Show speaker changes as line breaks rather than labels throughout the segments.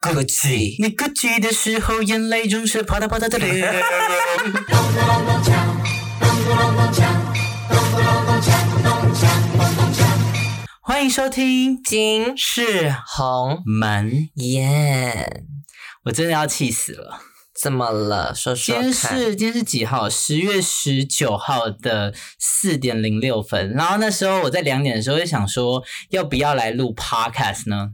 客气。
你客气的时候，眼泪总是啪嗒啪嗒的流。欢迎收听《
金
是
红
门》，
耶，
我真的要气死了。
怎么了？说
今
说
天
看。
是今天是几号？十月十九号的四点零六分。然后那时候我在两点的时候就想说，要不要来录 podcast 呢？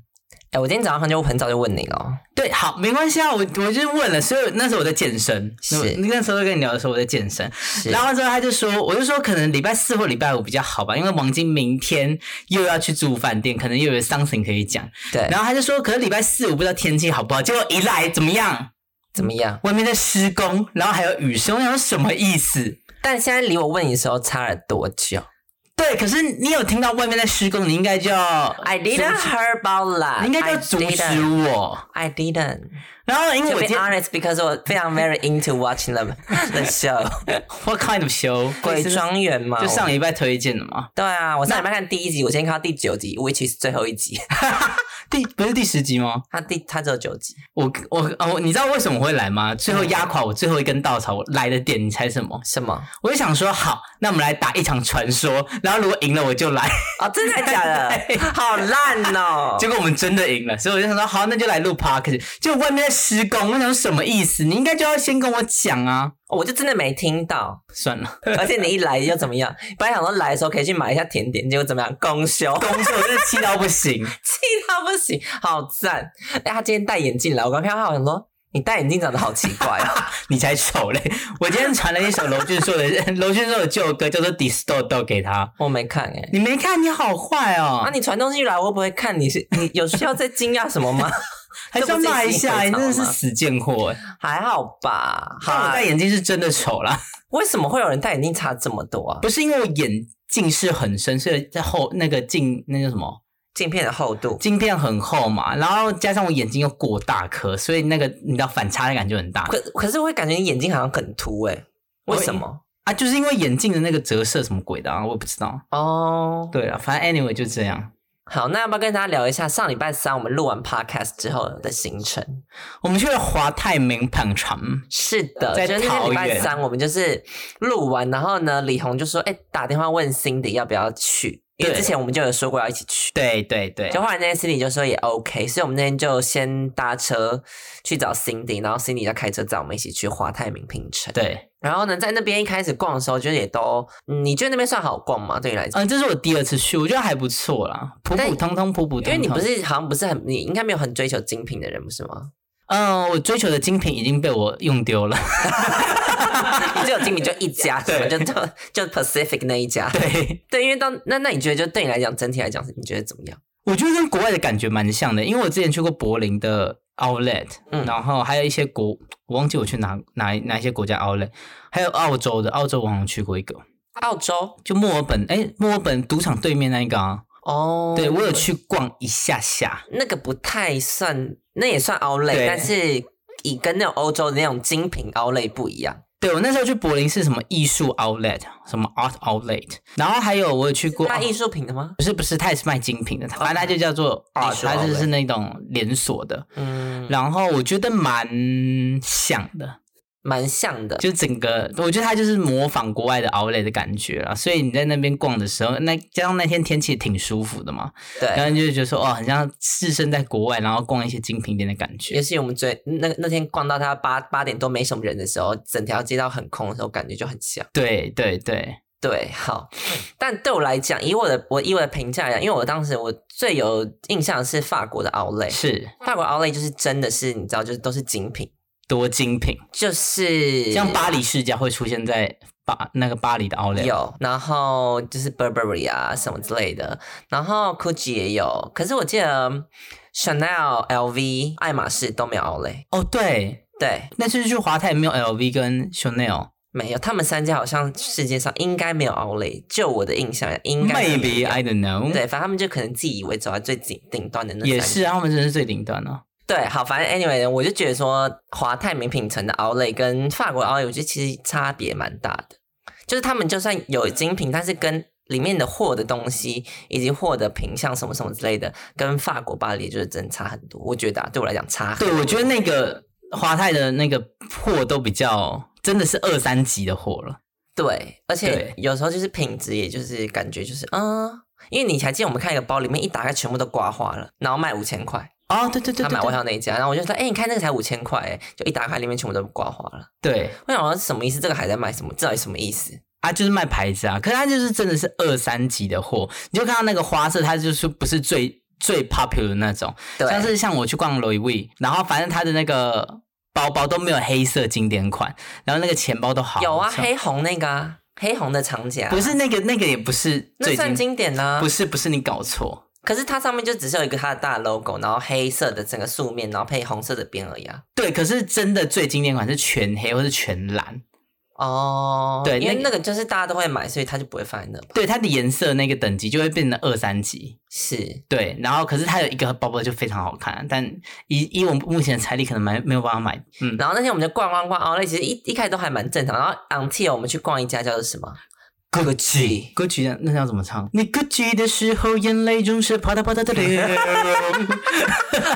哎，我今天早上就很早就问你了，
对，好，没关系啊，我我就问了，所以那时候我在健身，
是
那那时候跟你聊的时候我在健身，
是
然后之后他就说，我就说可能礼拜四或礼拜五比较好吧，因为王晶明天又要去住饭店，可能又有 something 可以讲，
对，
然后他就说，可能礼拜四我不知道天气好不好，结果一来怎么样，
怎么样？
外面在施工，然后还有雨声，我想说什么意思？
但现在离我问你的时候差了多久
对，可是你有听到外面在施工，你应该就要
？I didn't hear about that。
你应该就
I
要阻止
didn't- 啊
我。
I didn't。
然后因为
To
我
be
今天
honest, because 我非常 very into watching the the show。
What kind of show？
鬼庄园嘛，
就上
我
礼拜推荐的嘛。
对啊，我上礼拜看第一集，我今天看到第九集，which is 最后一集。
第不是第十集吗？
它第它只有九集，
我我哦，你知道为什么我会来吗？最后压垮我最后一根稻草，我来的点你猜什么？
什么？
我就想说，好，那我们来打一场传说，然后如果赢了我就来。
哦，真的假 的？好烂哦！
结果我们真的赢了，所以我就想说，好，那就来录 park。就外面在施工，我想说什么意思？你应该就要先跟我讲啊。
哦我就真的没听到，
算了，
而且你一来又怎么样？本来想说来的时候可以去买一下甜点，结果怎么样？公休，
工作我真的气到不行。
气到不行，好赞！哎、他今天戴眼镜来，我刚看到他，我想说你戴眼镜长得好奇怪哦。
你才丑嘞！我今天传了一首娄俊硕的娄俊硕的旧歌，叫做《Distodo》给他。
我没看哎、
你没看，你好坏哦！
啊，你传东西来，我会不会看你是你有需要再惊讶什么吗？
还是要骂一下，你
这
真
不是一起回潮
的是
吗
死贱货哎！
还好吧，好
但我
啊
戴。眼镜是真的丑啦，
为什么会有人戴眼镜差这么多啊？
不是因为我眼近视很深，所以在后那个镜那叫什么
镜片的厚度，
镜片很厚嘛，然后加上我眼睛又过大颗，所以那个你知道反差的感觉很大
可可是会感觉你眼睛好像很凸哎、为什么？
啊，就是因为眼镜的那个折射什么鬼的啊，我也不知道。
哦，
对了，反正 anyway 就这样。
好，那要不要跟大家聊一下上礼拜三我们录完 podcast 之后的行程？
我们去了华泰名品城，
是的，
在
就是那天礼
桃
拜
园
三我们就是录完，然后呢，李红就说，哎、打电话问 Cindy 要不要去，因为
对
之前我们就有说过要一起去。
对对对
就，后来那天 Cindy 就说也 OK，所以我们那天就先搭车去找 Cindy，然后 Cindy 再开车载我们一起去华泰名品城。
对，
然后呢，在那边一开始逛的时候，觉得也都，嗯你觉得那边算好逛吗？对你来讲，
嗯，这是我第二次去，我觉得还不错啦，普普通通，普普通通。
因为你不是好像不是很，你应该没有很追求精品的人，不是吗？
嗯，我追求的精品已经被我用丢了。
你 只有精品就一家，
对
什么就就就 Pacific 那一家。
对，
对，因为到那那你觉得就对你来讲，整体来讲你觉得怎么样？
我觉得跟国外的感觉蛮像的，因为我之前去过柏林的 Outlet，、
嗯
然后还有一些国，我忘记我去哪哪哪一些国家 Outlet，还有澳洲的，澳洲我好像去过一个，
澳洲
就墨尔本，哎，墨尔本赌场对面那一个啊，
哦，
对我有去逛一下下，
那个不太算，那也算 outlet，
对
但是以跟那种欧洲的那种精品 outlet 不一样。
对我那时候去柏林是什么艺术 Outlet，什么 Art Outlet，然后还有我有去过。哦
卖艺术品的吗？
不是不是，它也是卖精品的，反正它就叫做 art，
艺术
它就
outlet
是那种连锁的。
嗯，
然后我觉得蛮像的，
蛮像的。
就整个，我觉得它就是模仿国外的 Outlet 的感觉啦，所以你在那边逛的时候，那加上那天天气也挺舒服的嘛，然
对，
后你就觉得说，哦，很像置身在国外，然后逛一些精品店的感觉
尤。其我们最那那天逛到它八八点多没什么人的时候，整条街道很空的时候，感觉就很像。
对对对，
对，好，
嗯
但对我来讲，以我的我以我的评价来讲，因为我当时我最有印象的是法国的 Outlet，
是
法国 Outlet 就是真的是你知道，就是都是精品，
多精品，
就是
像巴黎世家会出现在巴那个巴黎的 Outlet。
有，然后就是 Burberry 啊什么之类的，然后 Gucci 也有，可是我记得 Chanel、LV、爱马仕都没有 Outlet，
哦，对，
对，
那次去华泰没有 LV 跟 Chanel。
没有，他们三家好像世界上应该没有 Outlet，就我的印象应该是没
Maybe
有
I don't know。
对，反正他们就可能自己以为走在最顶顶端的那
也
三
是啊，他们真的是最顶端啊了。
对，好，反正 anyway，我就觉得说华泰名品城的 Outlet 跟法国 Outlet，我觉得其实差别蛮大的。就是他们就算有精品，但是跟里面的货的东西以及货的品相什么什么之类的，跟法国巴黎就是真的差很多。我觉得、啊、对我来讲差很
对，我觉得那个华泰的那个货都比较，真的是二三级的货了。
对，而且
对
有时候就是品质，也就是感觉就是嗯。因为你还记得我们看一个包，里面一打开全部都刮花了，然后卖五千块。
哦，对对对
他
对
买外
对，
套那一家，然后我就说：“哎、你看那个才五千块，哎，就一打开里面全部都刮花了。”
对
我想说什么意思？这个还在卖什么？这到底什么意思？
啊，就是卖牌子啊，可是它就是真的是二三级的货，你就看到那个花色，它就是不是最最 popular 的那种，
对，
像是像我去逛 Louis V，然后反正它的那个包包都没有黑色经典款，然后那个钱包都好
有啊，
像
黑红那个啊，黑红的长夹，啊
不是那个那个也不是
那
最
算
经
经典啦、
不是不是你搞错，
可是它上面就只是有一个它的大 logo，然后黑色的整个素面，然后配红色的边而已啊。
对，可是真的最经典款是全黑或是全蓝，
哦，
对
因为
那个
那个就是大家都会买，所以它就不会放在那吧？
对它的颜色那个等级就会变成二三级。
是，
对，然后可是它有一个包包就非常好看，但以以我目前的财力可能买没有办法买，嗯，
然后那天我们就逛逛逛，哦，那其实一一开始都还蛮正常。然后 until 我们去逛一家叫做什么 Gucci，
Gucci 的那要怎么唱？你 Gucci 的时候，眼泪总是啪嗒啪嗒的流。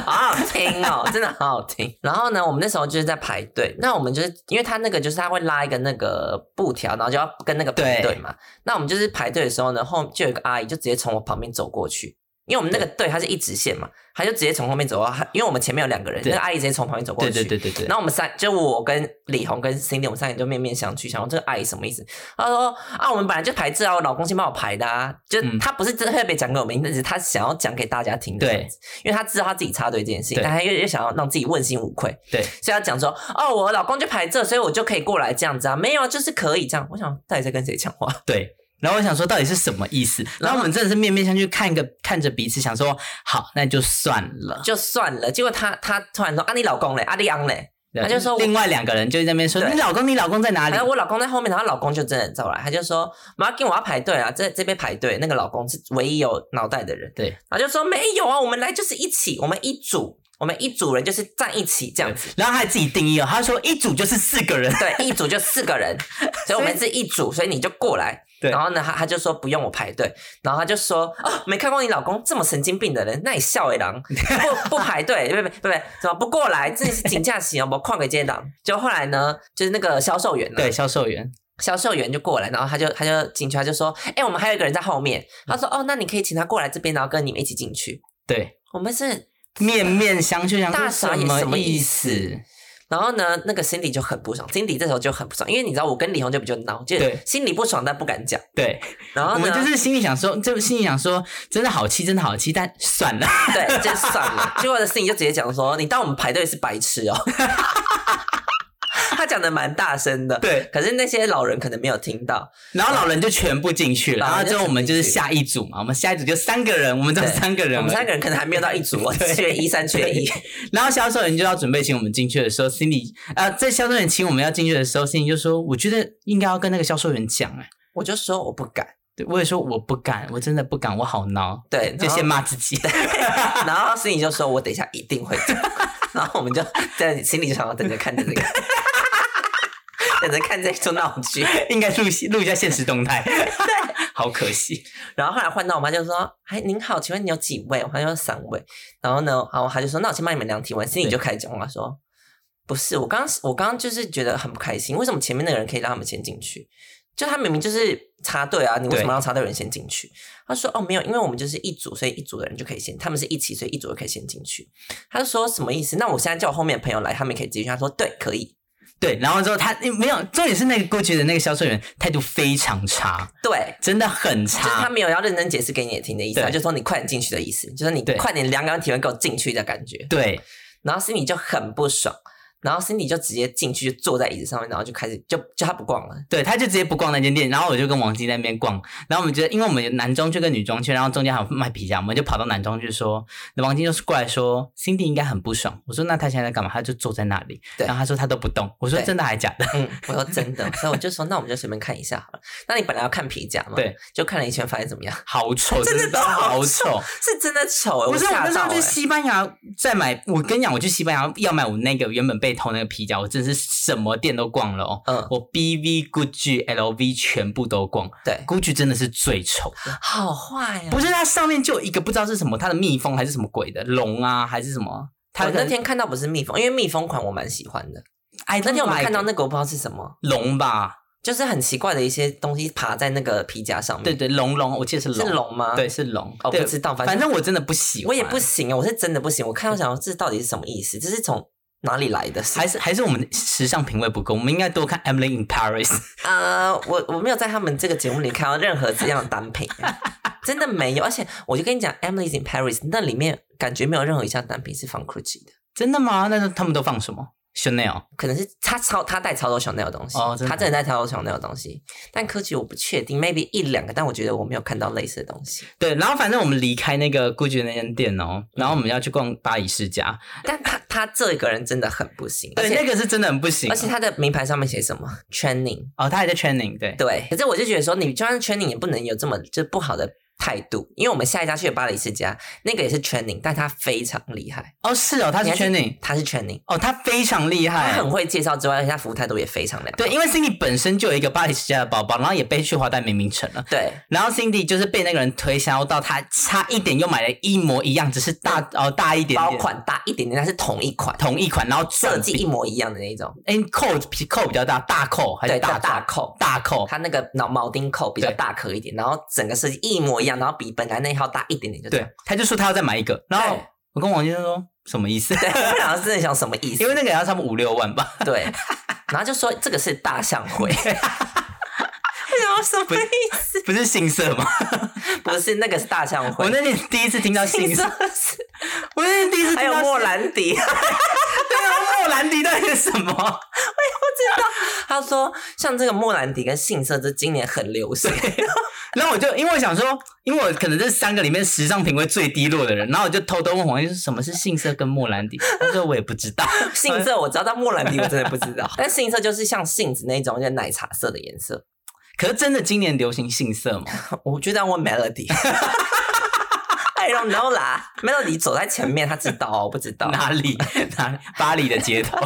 好好听哦，真的好好听。 然后呢，我们那时候就是在排队，那我们就是因为他那个就是他会拉一个那个布条，然后就要跟那个排队嘛。那我们就是排队的时候呢，后就有一个阿姨就直接从我旁边走过去，因为我们那个队它是一直线嘛，她就直接从后面走到，因为我们前面有两个人，那
对
个阿姨直接从旁边走过
对
去。
对对对对
然，后我们三，就我跟李红跟 Cindy，我们三个人就面面相觑，想说这个阿姨什么意思？她说啊，我们本来就排这啊，我老公先帮我排的啊，就
嗯
她不是真的特别讲给我们听，但是她想要讲给大家听的
对
这样子，因为她知道她自己插队这件事情，
对
但她又又想要让自己问心无愧，
对，
所以她讲说哦，我老公就排这，所以我就可以过来这样子啊，没有啊，就是可以这样。我想到底在跟谁讲话？
对。然后我想说，到底是什么意思？然后我们真的是面面相觑，看个看着彼此，想说好，那就算了。
就算了，结果她她突然说啊，你老公嘞，啊，你昂嘞。他就说我
另外两个人就在那边说：“
对
你老公，啊你老公在哪里
然后我老公在后面，然后老公就真的走来，他就说：“妈，给我要排队啊，这这边排队。”那个老公是唯一有脑袋的人，？”
对。
然后就说：“没有啊，我们来就是一起，我们一组，我们一组人就是站一起这样子。”
然后他还自己定义哦，他说一组就是四个人。
对，一组就四个 人，所以我们是一组，所以你就过来。
对
然后呢，他他就说不用我排队，然后他就说哦，没看过你老公这么神经病的人，那你笑诶 狼，不不排队，对不对？对不对？怎么不过来？这是请假期哦，我旷给接档。就后来呢，就是那个销售员呢，
对，销售员，
销售员就过来，然后他就他就进去，他就说：“哎、我们还有一个人在后面。”他说：“哦，那你可以请他过来这边，然后跟你们一起进去。
对，”
我们是，
面面相觑，想
大
说
傻眼什
什
么
么
意
意
思
思？
然后呢，那个 Cindy 就很不爽，Cindy 这时候就很不爽，因为你知道我跟李红就比较闹，就
对
心里不爽但不敢讲。
对，
然后
我
呢，
们就是心里想说，就心里想说，真的好气，真的好气，但 算了。
对，就算了。结果的 Cindy 就直接讲说：“你当我们排队是白痴哦。” 他讲的蛮大声的，
对，
可是那些老人可能没有听到。
然后老人就全部进去了，
老
然后
人就
之后我们就是
全部进去
下一组嘛，我们下一组就三个人，我们只有
对
三个人而已，
我们三个人可能还没有到一 组哦，
对
缺一三缺 一。
然后销售员就要准备请我们进去的时候，Cindy 啊、在销售员请我们要进去的时候，Cindy 就说：“我觉得应该要跟那个销售员讲。”哎，
我就说我不敢，
对我也说我不敢，我真的不敢，我好孬，
对，
就
然后
先骂自己。
然后心里就说：“我等一下一定会讲。”然后我们就在心里就想要等着看着 这个，等着看这出闹剧。
应该录录一下现实 动态， 好可惜。
然后后来换到我妈就说：“哎，您好，请问你有几位？”我妈就说三位。然后呢，然后她就说：“那我先帮你们量体温。”心里就开始讲话说：“不是，我刚我刚刚就是觉得很不开心，为什么前面那个人可以让他们先进去？就他明明就是插队啊，你为什么
对
让插队的人先进去？”他说：“哦，没有，因为我们就是一组，所以一组的人就可以先，他们是一起，所以一组就可以先进去。”他就说：“什么意思？那我现在叫我后面的朋友来，他们也可以进去。”他说：“对，可以。”
对，然后之后他没有，重点是那个 Gucci 的那个销售员态度非常差，
对，
真的很
就是他
差。
没有要认真解释给你也听的意思，
对
他就说你快点进去的意思，就是你
对
快点量完体温给我进去的感觉。
对
然后 Cindy 就很不爽，然后 Cindy 就直接进去就坐在椅子上面，然后就开始就就他不逛了。
对，他就直接不逛那间店，然后我就跟王晶在那边逛，然后我们觉得，因为我们有男装区跟女装区，然后中间还有卖皮夹，我们就跑到男装去说，那王晶就是过来说，Cindy 应该很不爽。我说那他现在在干嘛？他就坐在那里，
对
然后他说他都不动。我说
对
真的还假 的？
嗯，我说真的，所以我就说那我们就随便看一下好了。那你本来要看皮夹嘛，
对，
就看了一圈，发现怎么样？
好丑，
真的
都
都好
好丑。
是真的丑、欸，
不是我
吓
那时
到、
候
欸
去。西班牙再买，我跟你讲，我去西班牙要买我那个原本被背偷那个皮夹，我真的是什么店都逛了哦。
嗯，
我 BV、GUCCI、LV 全部都逛
对，
，GUCCI 真的是最丑的，
好坏呀、啊
不是它上面就有一个不知道是什么，它的蜜蜂还是什么鬼的龙啊，还是什么？它
我
的
哦那天看到不是蜜蜂，因为蜜蜂款我蛮喜欢的。
哎，
那天我们看到那个我不知道是什么，
龙吧？
就是很奇怪的一些东西爬在那个皮夹上面。
对对，龙龙，我记得是龙，
是龙吗？
对，，是龙。
哦，
对
不知道，反
反正我真的不喜欢，
我也不行啊，我是真的不行。我看到想说这到底是什么意思？这是从哪里来的？
还是还是我们时尚品味不够，我们应该多看《Emily in Paris》
啊、我我没有在他们这个节目里看到任何这样的单品，欸 真的没有。而且我就跟你讲，《Emily's in Paris》那里面感觉没有任何一项单品是仿 Gucci 的，
真的吗？那他们都放什么？Chanel
可能是他超他带超多 Chanel 的东西，
哦真的
他真的带超多 Chanel 的东西。但 Gucci 我不确定，maybe 一两个，但我觉得我没有看到类似的东西。
对，然后反正我们离开那个 GUCCI 那间店哦，然后我们要去逛巴黎世家，
但他他这个人真的很不行，而
对，呃那
且
个是真的很不行
而。且他的名牌上面写什么 training，
哦，他还在 training，对，
对，可是我就觉得说，你就算 training 也不能有这么就不好的态度，因为我们下一家去的巴黎世家，那个也是 training，但他非常厉害，
哦是哦，他是
你还
training，哎
他是 training，
哦，他非常厉
他
害，
很会介绍之外，而且他服务态度也非常良好。
对，因为 Cindy 本身就有一个巴黎世家的包包，然后也被去华代明明城了。
对
然后 Cindy 就是被那个人推销到，他差一点又买了一模一样，只是大哦大一点
包
点，
款大一点点，但是同一款，
同一款，然后
设
钻
计
比
一模一样的那一种，
哎、扣比扣比较大，大扣还是
对，
大
叫
大
大扣。
大扣？
它那个脑铆钉扣比较
对
大颗一点，然后整个设计一模一样，然后比本来那一号大一点点，就这样
对。，他就说他要再买一个，然后
对
我跟王先生说什么意思？
对，我想真的想什么意思
因？为那个也要差不多五六万吧，
对，然后就说这个是大象 灰，我想说什么意思？
不是杏色吗？
不是，那个是大象
我
灰。
那天第一次听到杏
金
色
色，是
我那天第一次
还
听
有
到
莫兰迪，
对啊，莫兰迪到底是什么？
他说像这个莫兰迪跟杏色，这今年很流行。
然后我就因为我想说，因为我可能这三个里面时尚品味最低落的人，然后我就偷偷问黄先生什么是杏色跟莫兰迪，他说我也不知道。
杏色我知道，但莫兰迪我真的不知道。但杏色就是像杏子那种，就是奶茶色的颜色。
可是真的今年流行杏色吗？
我觉得要问 Melody。I don't know 啦，Melody 走在前面，他知道、哦，我不知道
哪里哪里？巴黎的街头。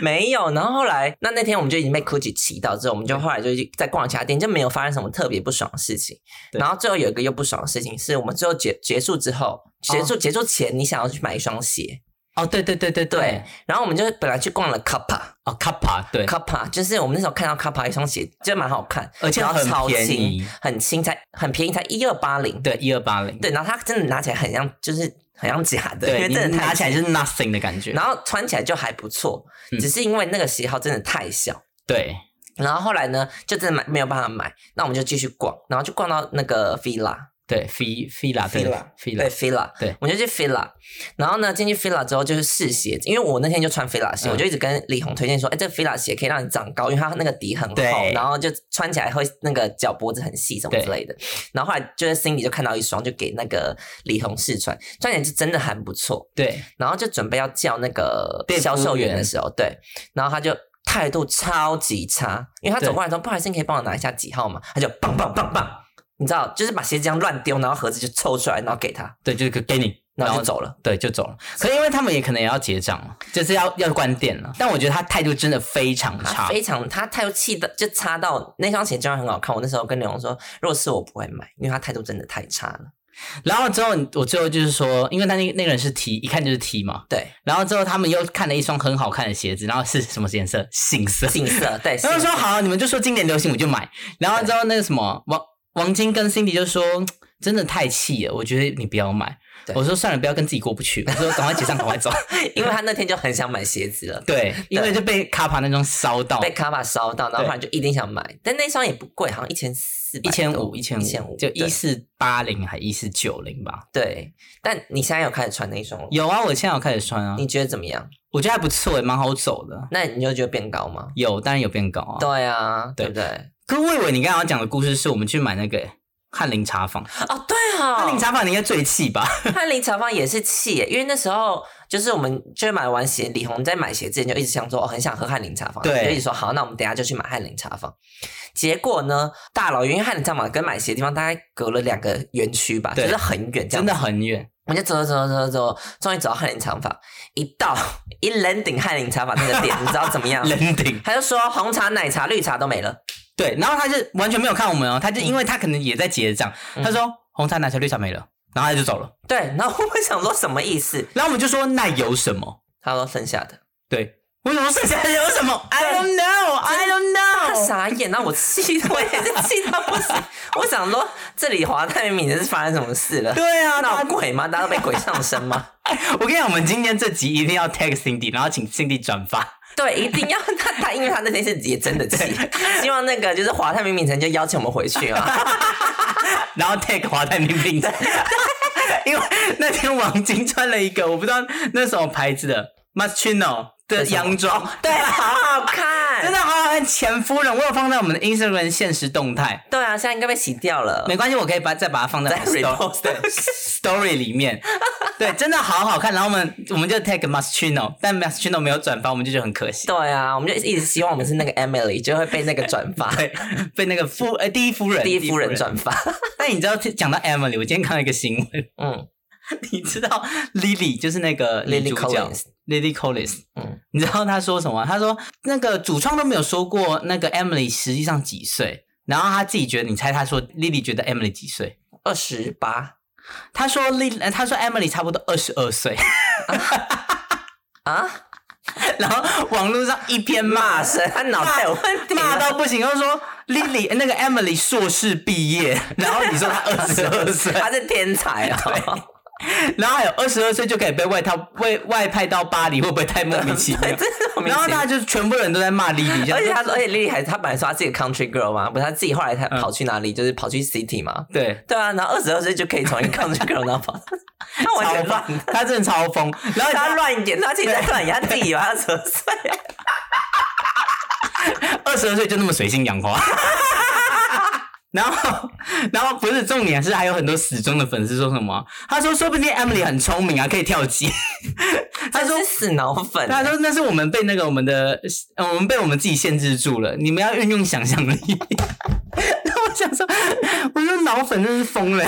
没有。然后后来，那那天我们就已经被 Gucci 骑到之后，我们就后来就去再逛其他店，就没有发生什么特别不爽的事情。
对
然后最后有一个又不爽的事情，是我们最后结结束之后，结束、结束前，你想要去买一双鞋，
哦，对对对对
对，，然后我们就本来去逛了 Kappa，Kappa
哦，Kappa 对，
就是我们那时候看到 Kappa 一双鞋，就蛮好看，
而且
然后
很
超
便宜
轻，很轻，才很便宜，才一二八零。
对，一二八零，
对，然后它真的拿起来很像，就是很像假的，因
对，
为
你
真的太
拿起来
轻
就是 nothing 的感觉。
然后穿起来就还不错，
嗯
只是因为那个鞋号真的太小。
对，
然后后来呢，就真的买没有办法买，那我们就继续逛，然后就逛到那个 Fila，
对，fi fila 对
Fila 对
fila，
Fila，
对
我就去 Fila，然后呢进去 Fila 之后就是试鞋，因为我那天就穿 Fila 鞋，
嗯
我就一直跟李红推荐说，哎、这 Fila 鞋可以让你长高，因为它那个底很厚
对，
然后就穿起来会那个脚脖子很细什么之类的。然后后来就是 Cindy 就看到一双，就给那个李红试穿，穿起来是真的还不错。
对，
然后就准备要叫那个
店
销售
服务员
员的时候，对，然后他就。态度超级差，因为他走过来说：“不好意思，你可以帮我拿一下几号吗？”他就棒棒棒棒，你知道，就是把鞋子这样乱丢，然后盒子就抽出来，然后给他。
对，就给给你，
然
然
后
后
就走了。
对，就走了。可是因为他们也可能也要结账了，就是要要关店了。但我觉得他态度真的非常
他
差。
啊非常，他态度气的就差到那双鞋真的很好看。我那时候跟刘荣说，如果是我不会买，因为他态度真的太差了。
然后之后我最后就是说，因为他那那个人是 T，一看就是 T 嘛。
对，
然后之后他们又看了一双很好看的鞋子，然后是什么颜色？杏色。
杏色，啊 对，
然后
杏
说
色
好，啊你们就说今年流行我就买。然后之后那个什么王王晶跟 Cindy 就说嘖真的太气了，我觉得你不要买。
对
我说算了，不要跟自己过不去。我说赶快结账，赶快 走。
因为他那天就很想买鞋子了，
对，因为就被卡帕那双烧到
被卡巴烧到，然后后来就一定想买，但那双也不贵，好像一千四、
一千五，一千
1500
五，就
对
一四八零还一四九零吧。
对，但你现在有开始穿那一双了，
有啊，我现在有开始穿啊，
你觉得怎么样？
我觉得还不错，也蛮好走的。
那你就觉得变高吗？
有，当然有变高啊。
对啊，对
对
不对？
可我以为你刚刚讲的故事是我们去买那个翰林茶坊，
哦，对啊，
翰林茶坊你应该最气 吧？
翰林茶坊也是气耶，因为那时候就是我们就买完鞋，李红在买鞋之前就一直想说，哦，很想喝翰林茶坊，
对
就一直说好，那我们等一下就去买翰林茶坊。结果呢，大老远因为翰林茶坊跟买鞋的地方大概隔了两个园区吧，就
对
是很远这样
真的。很远。
我就走走走走走，终于走到翰林长发。一到一人顶翰林长发那个 店，你知道怎么样？
人顶
他就说红茶、奶茶、绿茶都没了。
对，然后他是完全没有看我们哦，他就因为他可能也在结账，
嗯
他说红茶、奶茶、绿茶没了，然后他就走了。
对，然后我想说什么意思？
然后我们就说那有什么？
他说剩下的，
对，为什么剩下的有什么？I don't know, I don't
他
know。
傻眼，啊然后我气，我也是气到不行。我想说这里华泰明是发生什么事了？
对啊，
闹
那
鬼吗？大家都被鬼上身吗？
我跟你讲，我们今天这集一定要 tag Cindy，然后请 Cindy 转发。
对，一定要他他，因为他那天是也真的气，希望那个就是华泰明明城就邀请我们回去啊。
然后 tag 华泰明 明的，因为那天王晶穿了一个我不知道那什么牌子的 Maschino 的洋装，
对，好好看，
真的好好看。前夫人，我有放在我们的 Instagram 现实动 态，
对啊，现在应该被洗掉了。
没关系，我可以把再把它放在
再
story-
repost
对 story 里 面。对，真的好好看。然后我们我们就 tag Maschino，但 Maschino 没有转发，我们就觉得很可 惜。
对啊，我们就一直希望我们是那个 Emily，就会被那个转发
对，被那个夫呃第一夫人
第一夫人转发。
但你知道讲到 Emily，我今天看到一个新闻，
嗯，
你知道 Lily 就是那个
Lily
女主角
Collins
Lily Collins，
嗯
你知道她说什么？她说那个主创都没有说过那个 Emily 实际上几岁，然后她自己觉得，你猜她说 Lily 觉得 Emily 几岁？
二十八
她说 Lily，呃她说 Emily 差不多二十二岁，
啊，
然后网络上一篇骂
骂声，他脑袋有问题
骂
啊。
到不行，又说 Lily 呃那个 Emily 硕士毕业，然后你说她二十二岁，
他是天才啊！
然后还有二十二岁就可以被外套外外派到巴黎，会不会 太莫名其妙？
真是莫名
然后
其妙
大家就是全部人都在骂 Lily，
而且他说，而且 Lily 还他本来说他自己 country girl 嘛，不是他自己后来他跑去哪里，就是跑去 city 嘛。
对，
对啊，然后二十二岁就可以从一个 country girl 那跑，他完
超
全乱，
疯，他真的超疯。然后
他
他
乱演，他自己在乱演，他自己以为他二十二岁。
二十二岁就那么水性 杨花。然后，然后不是重点是还有很多死忠的粉丝说什么？他说说不定 Emily 很聪明啊，可以跳级。
他说死脑粉，
他说那是我们被那个我们的呃我们被我们自己限制住了，你们要运用想象力。 那我想说，我说脑粉真是疯了、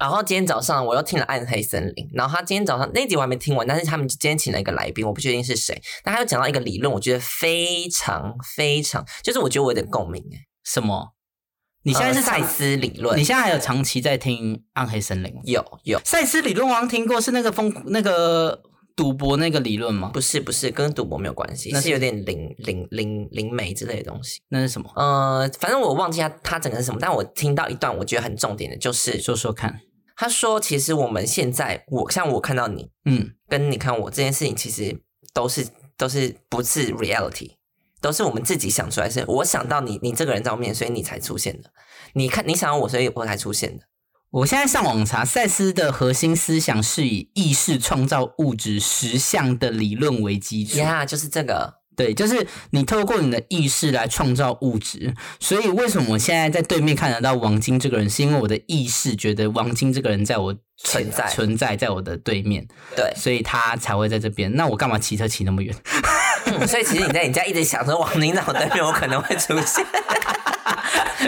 然后今天早上我又听了《暗黑森林》，然后他今天早上那集我还没听完，但是他们今天请了一个来宾，我不确定是谁，但他又讲到一个理论，我觉得非常非常，就是我觉得我有点共鸣哎。
什么？你
你
现在是
赛
长，
斯理论
你？现在还有长期在听《暗黑森林》吗？
有有，
赛斯理论我好像听过，是那个疯那个赌博那个理论吗？
不是不是，跟赌博没有关系，
那是
是有点灵灵灵灵媒之类的东西。
那是什么？
呃，反正我忘记他他整个是什么，但我听到一段我觉得很重点的就是，
说说看。
他说其实我们现在我像我看到你
嗯，
跟你看我这件事情，其实都是都是不是 reality，都是我们自己想出来的事。是我想到你，你这个人在我面前，所以你才出现的。你看，你想到我，所以我才出现的。
我现在上网查，赛斯的核心思想是以意识创造物质实相的理论为基础。
呀、就是这个。
对，就是你透过你的意识来创造物质。所以为什么我现在在对面看得到王晶这个人，是因为我的意识觉得王晶这个人在我
存在
存在在我的对面，
对、
所以他才会在这边。那我干嘛骑车骑那么远？
嗯所以其实你在你家一直想着往你脑袋面，我可能会出现，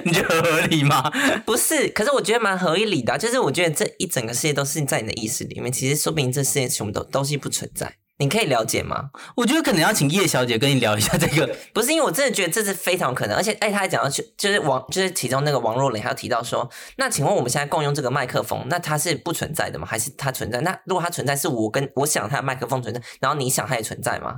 你觉得合理吗？
不是？可是我觉得蛮合理的啊、就是我觉得这一整个世界都是在你的意识里面，其实说不定这世界什么都东西不存在，你可以了解吗？
我觉得可能要请叶小姐跟你聊一下这个。
不是因为我真的觉得这是非常有可能，而且哎，他还讲到就就是王就是其中那个王若琳还有提到说，那请问我们现在共用这个麦克风，那它是不存在的吗？还是它存在？那如果它存在，是我跟我想它的麦克风存在，然后你想它也存在吗？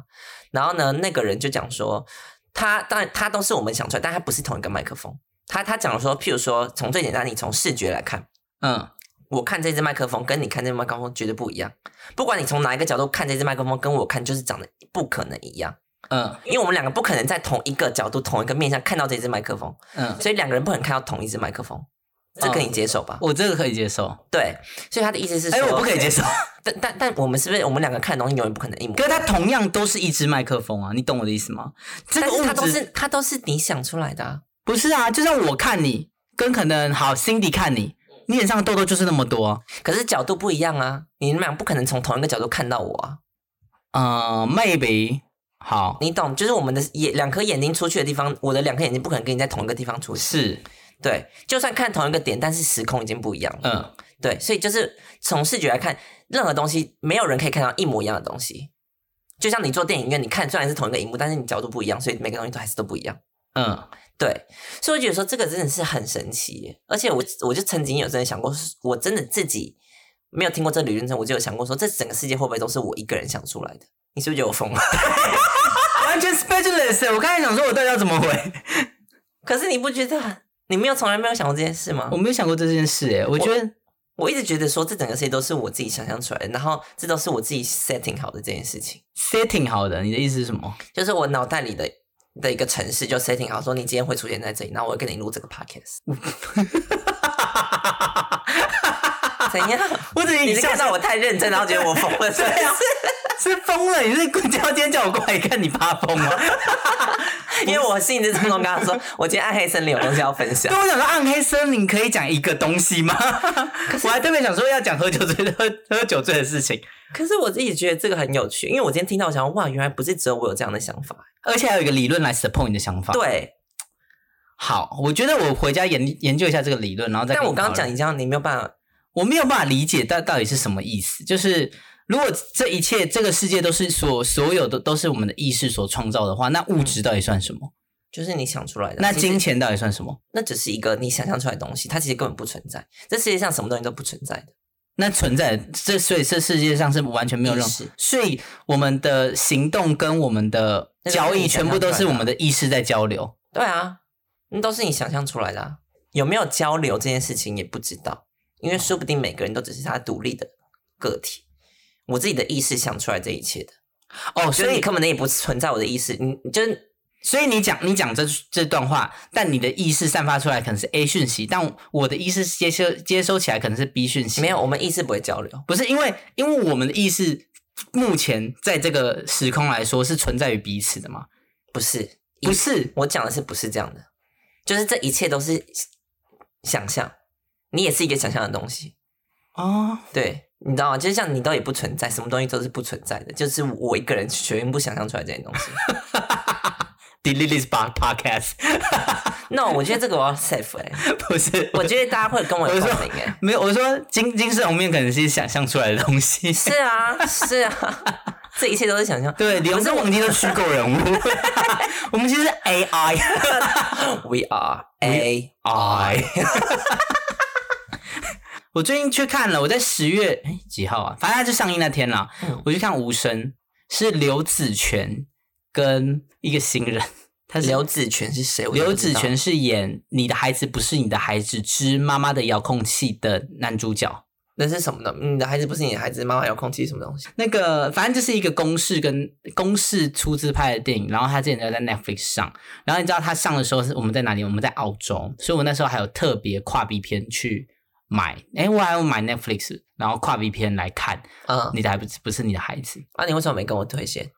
然后呢，那个人就讲说，他当然他都是我们想出来，但他不是同一个麦克风。他他讲说，譬如说从最简单，你从视觉来看，
嗯，
我看这支麦克风跟你看这支麦克风绝对不一样，不管你从哪一个角度看这支麦克风，跟我看就是长得不可能一样。
嗯
因为我们两个不可能在同一个角度、同一个面向看到这支麦克风，
嗯，
所以两个人不可能看到同一支麦克风，这可以接受吧？
我这个可以接受。
对，所以他的意思是
哦哎、
说，
我不可以接受。
但但但我们是不是我们两个看的东西永远不可能一模
可？是它同样都是一支麦克风啊，你懂我的意思吗？这
但
个
是它都
物质
是它都是你想出来的、啊，
不是啊，就像我看你，跟可能好 Cindy 看你，你脸上的痘痘就是那么多。啊
可是角度不一样啊！你们俩不可能从同一个角度看到我啊！
呃，maybe 好
你懂？就是我们的眼两颗眼睛出去的地方，我的两颗眼睛不可能跟你在同一个地方出去。
是，
对，就算看同一个点，但是时空已经不一样了。
嗯，
对，所以就是从视觉来看，任何东西没有人可以看到一模一样的东西。就像你做电影院，你看虽然是同一个荧幕，但是你角度不一样，所以每个东西都还是都不一样。
嗯，
对，所以我觉得说这个真的是很神奇耶，而且我我就曾经有真的想过，我真的自己没有听过这理论之后，我就有想过说，这整个世界会不会都是我一个人想出来的？你是不是觉得我疯了？
完全 speechless。我刚欸才想说，我到底要怎么回？
可是你不觉得你没有从来没有想过这件事吗
我？没有想过这件事，哎，我觉得
我一直觉得说，这整个世界都是我自己想象出来的，然后这都是我自己 setting 好的这件事情，
setting 好的。你的意思是什么？
就是我脑袋里的的一个城市就 setting 好，说你今天会出现在这里，然后我会跟你录这个 podcast。怎样？
我只
你是看到我太认真，然后觉得我疯 了，是不
对啊
是？
是疯了？你是棍叫尖叫我过来看你发疯吗？
因为我兴致冲冲跟他说，我今天暗黑森林有东西要分享
对，。我想说暗黑森林可以讲一个东西吗？我还特别想说要讲喝酒醉的喝喝酒醉的事情，
可是我自己觉得这个很有趣，因为我今天听到，我想说哇，原来不是只有我有这样的想法。
而且还有一个理论来 support 你的想法。，
对，
好，我觉得我回家研研究一下这个理论，然后再跟
但
你
我刚刚
讨论
讲你这样，你没有办法。
我没有办法理解到到底是什么意思。就是如果这一切这个世界都是所所有的都是我们的意识所创造的话，那物质到底算什
嗯
么？
就是你想出来的，
那
其实
金钱到底算什么？
那只是一个你想象出来的东西，它其实根本不存在。这世界上什么东西都不存在的。
那存在这所以这世界上是完全没有任
意
何
识，
所以我们的行动跟我们的
那个
交
是
易
你想
全部
象出
都
来
是
的
我
啊
们的意识在交流。
对啊，那都是你想象出来的、啊。有没有交流这件事情也不知道，因为说不定每个人都只是他独立的个体。我自己的意识想出来这一切的，
哦，
所
所
以你
以
根本也不存在我的意识，你你就是
所以你讲你讲这这段话，但你的意识散发出来可能是 A 讯息，但我的意识接收接收起来可能是 B 讯息。
没有，我们意识不会交流。
不是因为，因为我们的意识目前在这个时空来说是存在于彼此的嘛？
不是，
不是，
我讲的是不是这样的？就是这一切都是想象，你也是一个想象的东西，
哦，
对，你知道吗？就是像你都也不存在，什么东西都是不存在的，就是我一个人全部想象出来这些东西。
delete this pod- podcast，
那、我觉得这个我要 safe 哎、
不是，
我觉得大家会跟我有共鸣哎、
没有，我说金金丝龙面可能是想象出来的东西，
是啊，是啊， 这一切都是想象。
对，连
不是
跟
我
王晶都虚构人物， 我们其实是 AI
，We are A，
I。我最近去看了，我在十月哎几号啊？反正它就上映那天啦，
嗯
我去看《无声》，是刘子权跟一个新人，他是
刘子权是谁？我都
刘
不知
子
道
权是演《你的孩子不是你的孩子之妈妈的遥控器》的男主角。
那是什么的？你的孩子不是你的孩子，妈妈遥控器是什么东西？
那个反正就是一个公式跟公式出资拍的电影，然后他之前就在 Netflix 上，然后你知道他上的时候是我们在哪里？我们在澳洲，所以我那时候还有特别跨币片去买，诶，我还有买 Netflix，然后跨币片来看。
嗯，
你的孩子不是你的孩子，
啊，你为什么没跟我推荐？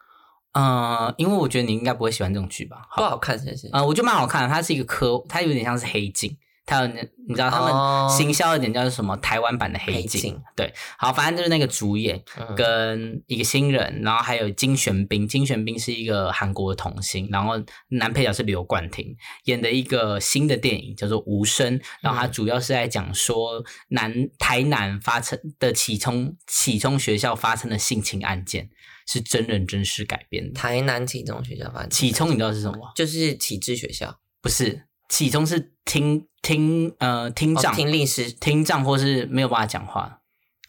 呃，因为我觉得你应该不会喜欢这种剧吧？
不好看是不是？
呃，我觉得蛮好看的，它是一个科，它有点像是黑镜，它有那你知道他
哦
们行销的点叫做什么？台湾版的黑
黑
镜，
镜
对，好，反正就是那个主演
嗯
跟一个新人，然后还有金玄彬，金玄彬是一个韩国的童星，然后男配角是刘冠廷演的一个新的电影叫做《无声》，
嗯
然后它主要是在讲说南台南发生的启聪启聪学校发生的性侵案件，是真人真事改编的。
台南启中学校发生
启聪你知道是什么吗？
就是启智学校，
不是，启聪是听听呃听
哦
障、
听力师
听障或是没有办法讲话，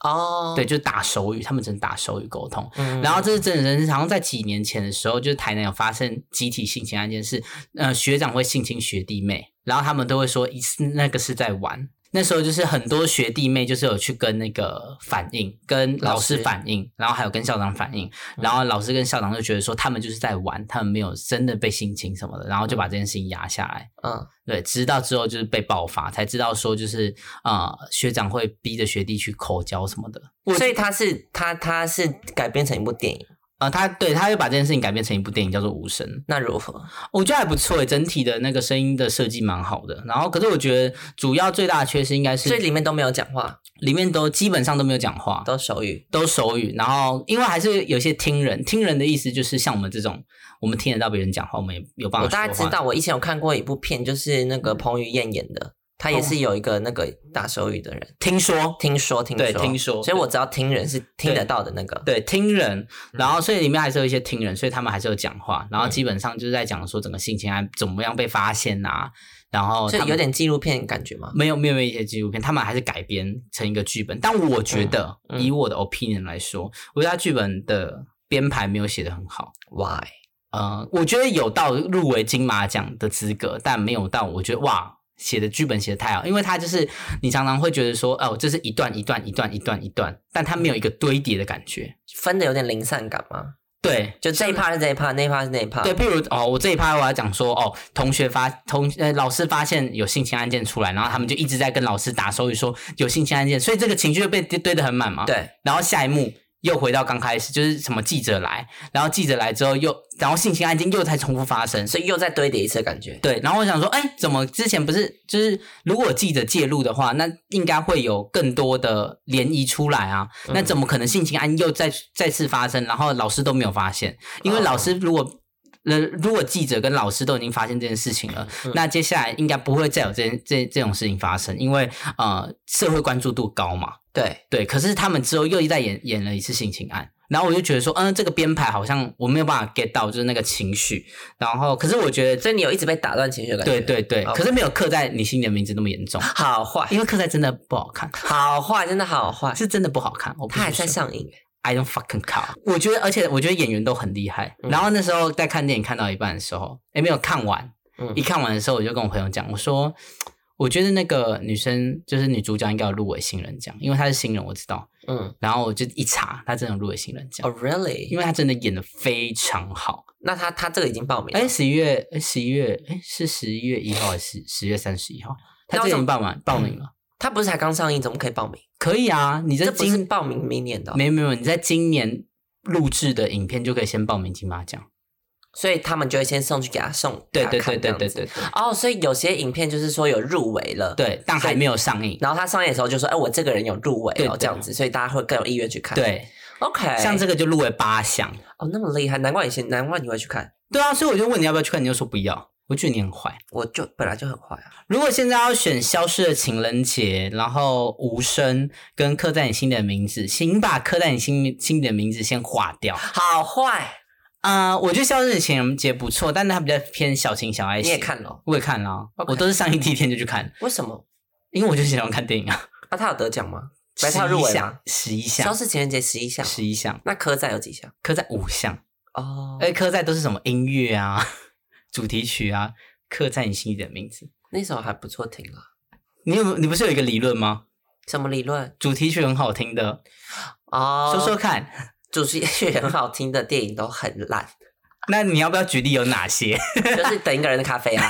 哦，
对，，就打手语，他们只能打手语沟通。
嗯
然后这是真人真事，好像在几年前的时候，就是台南有发生集体性侵案件是，呃学长会性侵学弟妹，然后他们都会说一次那个是在玩。那时候就是很多学弟妹就是有去跟那个反映，跟老师
老师嗯
反映，然后还有跟校长反映，然后老师跟校长就觉得说他们就是在玩，他们没有真的被性侵什么的，然后就把这件事情压下来。
嗯，
对，直到之后就是被爆发，才知道说就是啊、呃学长会逼着学弟去口交什么的。
所以他是他他是改编成一部电影，
啊、他对他又把这件事情改编成一部电影，叫做《无声》，
那如何？
我觉得还不错诶，欸整体的那个声音的设计蛮好的。然后，可是我觉得主要最大的缺失应该
所以
是
里面都没有讲话，
里面都基本上都没有讲话，
都手语，
都手语。然后，因为还是有些听人，听人的意思就是像我们这种，我们听得到别人讲话，我们也有办法嗯
我
说话。
大概知道，我以前有看过一部片，就是那个彭于晏演的，他也是有一个那个大手语的人，
听说，
听说听说
对听说
所以我嗯只要听人是听得到的那个，
对听人，然后所以里面还是有一些听人，所以他们还是有讲话，
嗯
然后基本上就是在讲说整个性侵案怎么样被发现啊，然后
就
他们
有点纪录片感觉嘛。
没有没有没有一些纪录片，他们还是改编成一个剧本。但我觉得，
嗯嗯
以我的 opinion 来说，我觉得他剧本的编排没有写的很好。
Why？
呃，我觉得有到入围金马奖的资格，但没有到我觉得哇，写的剧本写的太好，因为他就是你常常会觉得说，哦，这是一段一段一段一段一段，但他没有一个堆叠的感觉。
分的有点零散感嘛，
对，
就这一趴是这一趴，那一趴是那一趴。
对，譬如哦，我这一趴我要讲说哦，同学发同呃老师发现有性侵案件出来，然后他们就一直在跟老师打手语说有性侵案件，所以这个情绪就被堆堆得很满嘛。。
对，
然后下一幕又回到刚开始，就是什么记者来，然后记者来之后又，然后性侵案件又再重复发生，所以
所以又再堆叠一次的感觉。
对。然后我想说，哎，怎么之前不是就是如果记者介入的话，那应该会有更多的涟漪出来啊？那
嗯
怎么可能性侵案又再再次发生，然后老师都没有发现？因为
哦
老师如果呃，如果记者跟老师都已经发现这件事情了，那接下来应该不会再有这件这这种事情发生，因为呃，社会关注度高嘛。
对，
对，可是他们之后又再演演了一次性侵案，然后我就觉得说，嗯，这个编排好像我没有办法 get 到，就是那个情绪。然后，可是我觉得，
所以你有一直被打断情绪的感觉。
对对对，
OK
可是没有刻在你心里的名字那么严重，
好坏，
因为刻在真的不好看，
好坏，真的好坏。
是真的不好看。我
他还在
上。
上映，
I don't fucking care。我觉得，而且我觉得演员都很厉害。
嗯
然后那时候在看电影看到一半的时候，哎，没有看完。
嗯
一看完的时候，我就跟我朋友讲，我说，我觉得那个女生就是女主角应该有入围新人奖，因为她是新人，我知道。
嗯，
然后我就一查，她真的有入围新人奖，
哦，really？
因为她真的演的非常好。
那他他这个已经报名了，
哎，十一月，十一月，哎，是十一月一号还是十月三十一号？她
那
这
为
已
什
经
么
报名报名了，
他不是才刚上映，怎么可以报名？
可以啊。你在
这不是
今
报名明年的哦，
没有没有，你在今年录制的影片就可以先报名金马奖。
所以他们就会先送去给他送，
对
给
对
他看这
对对对
样子
对对
哦，所以有些影片就是说有入围了，，
对，但还没有上映。
然后他上映的时候就说，哎，我这个人有入围
对
哦
对，
这样子，所以大家会更有意愿去看。
对，
，OK，
像这个就入围八项。
哦那么厉害，难怪以前难怪你会去看，
对啊，所以我就问你要不要去看，你就说不要。我觉得你很坏。
我就本来就很坏啊，
如果现在要选《消失的情人节》，然后《无声》跟《刻在你心底的名字》，请把《刻在你心心底的名字》先划掉。
好坏
啊，我觉得《消失的情人节》不错，但它比较偏小情小爱
你
型。
也看了哦，
我也看了啊、
OK
我都是上映第一天就去看，
为什么？
因为我就喜欢看电影啊。
那他有得奖吗？白他入围吗？
十一
消
项，
失情人节十一项，
十一项，
那科仔有几项？
刻在五项。
哦，
而刻在都是什么音乐啊、主题曲啊，刻在你心里的名字。
那首还不错听啊。
你有你不是有一个理论吗？
什么理论？
主题曲很好听的，
哦，
说说看。
主题曲很好听的电影都很烂，
那你要不要举例有哪些？
就是等一个人的咖啡啊，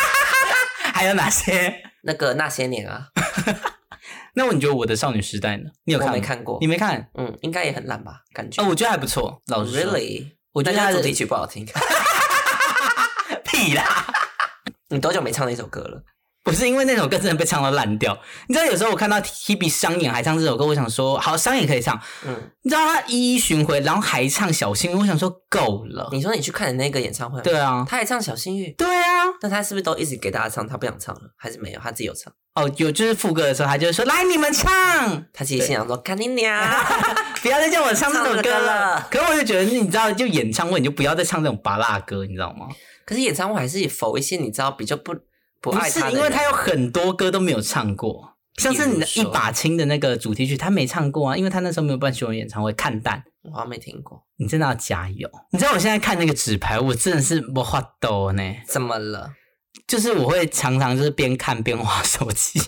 还有哪些？
那个那些年啊，
那你觉得我的少女时代呢？你有
我
看吗？
没看过
你，没看？
嗯，应该也很烂吧，感觉。
哦，我觉得还不错。老实说
really，
我觉得
但
他
是
的
主题曲不好听。
屁啦！
你多久没唱那首歌了？
不是因为那首歌真的被唱到烂掉。你知道有时候我看到 Hebe 商演还唱这首歌，我想说好商演可以唱，
嗯，
你知道他一一巡回，然后还唱小幸运，我想说够了。
你说你去看的那个演唱会，，
哦对啊，
他也唱小幸运，
对啊，
那他是不是都一直给大家唱？他不想唱了，还是没有？他自己有唱，
哦，有就是副歌的时候，他就说来你们唱，
他其实心想说干你娘，
不要再叫我唱这首
唱这个
歌
歌
了
了。
可是我就觉得，你知道，就演唱会你就不要再唱这种拔辣歌，你知道吗？
可是演唱会还是否一些你知道比较不不
不
爱
是
他的，
因为他有很多歌都没有唱过，像是你的
比
一
如说
把青的那个主题曲，他没唱过啊，因为他那时候没有办巡回演唱会。看淡，
我好像没听过，
你真的要加油！你知道我现在看那个纸牌，我真的是我画抖呢，
怎么了？
就是我会常常就是边看边划手机，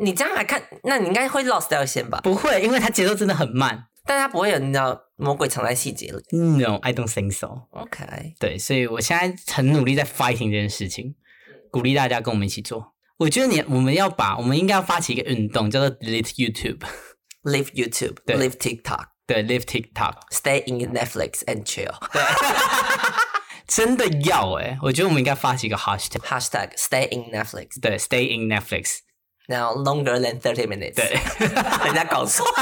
你这样来看，那你应该会 lost 掉线吧？
不会，因为它节奏真的很慢。
但他不会有你知道魔鬼藏在细节里。
No，I don't think so。
嗯 OK，
对，所以我现在很努力在 fighting 这件事情，鼓励大家跟我们一起做。我觉得你我们要把我们应该要发起一个运动，叫做 Delete YouTube，
Leave YouTube,
对
leave TikTok,
对，Leave TikTok，
stay in Netflix and chill.
真的要哎、我觉得我们应该发起一个 hashtag，
Hashtag stay in Netflix.
对，Stay in Netflix，
Now longer than thirty minutes.
对，
人家搞错。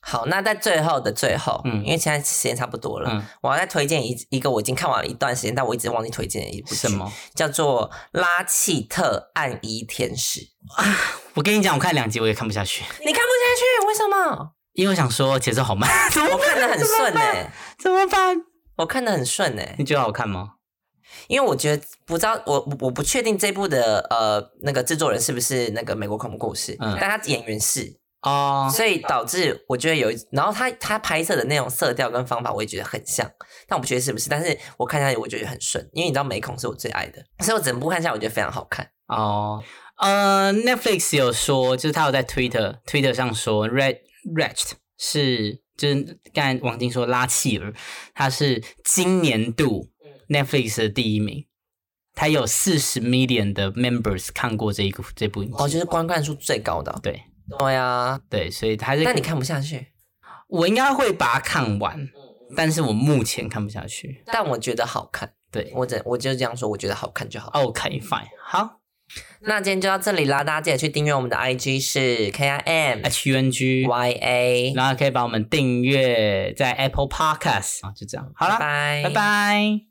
好，那在最后的最后，
嗯
因为现在时间差不多了，
嗯
我要再推荐一一个我已经看完了一段时间，但我一直忘记推荐的一部剧
什，么？
叫做《拉契特暗衣天使》。
我跟你讲，我看两集我也看不下去，
你看不下去，为什么？
因为我想说节奏好慢， 怎么
我看的很顺哎、
怎么办？
我看的很顺哎、
你觉得好看吗？
因为我觉得不知道我我不确定这部的呃那个制作人是不是那个美国恐怖故事，
嗯
但他演员是，
哦，
所以导致我觉得有一，然后他他拍摄的那种色调跟方法，我也觉得很像，但我不确定是不是，但是我看下去我觉得很顺，因为你知道美恐是我最爱的，所以我整部看下来我觉得非常好看。
哦，呃，Netflix 有说，就是他有在 Twitter Twitter 上说，Red Wretched 是就是刚才王晶说拉契尔，他是今年度
嗯
Netflix 的第一名，他有四十 million 的 members 看过这一部这部影
哦，
集，
就是观看数最高的哦、
对
对呀、啊，
对，所以他是
但你看嗯不下去，
我应该会把它看完，但是我目前看不下去。
但我觉得好看，
对
我只我就这样说，我觉得好看就好。
，OK fine，好
那今天就到这里啦，大家记得去订阅我们的 IG 是 K I M
，H U N G，
Y A，
哦然后可以把我们订阅在 Apple Podcast 啊，就这样，好了，
拜
拜拜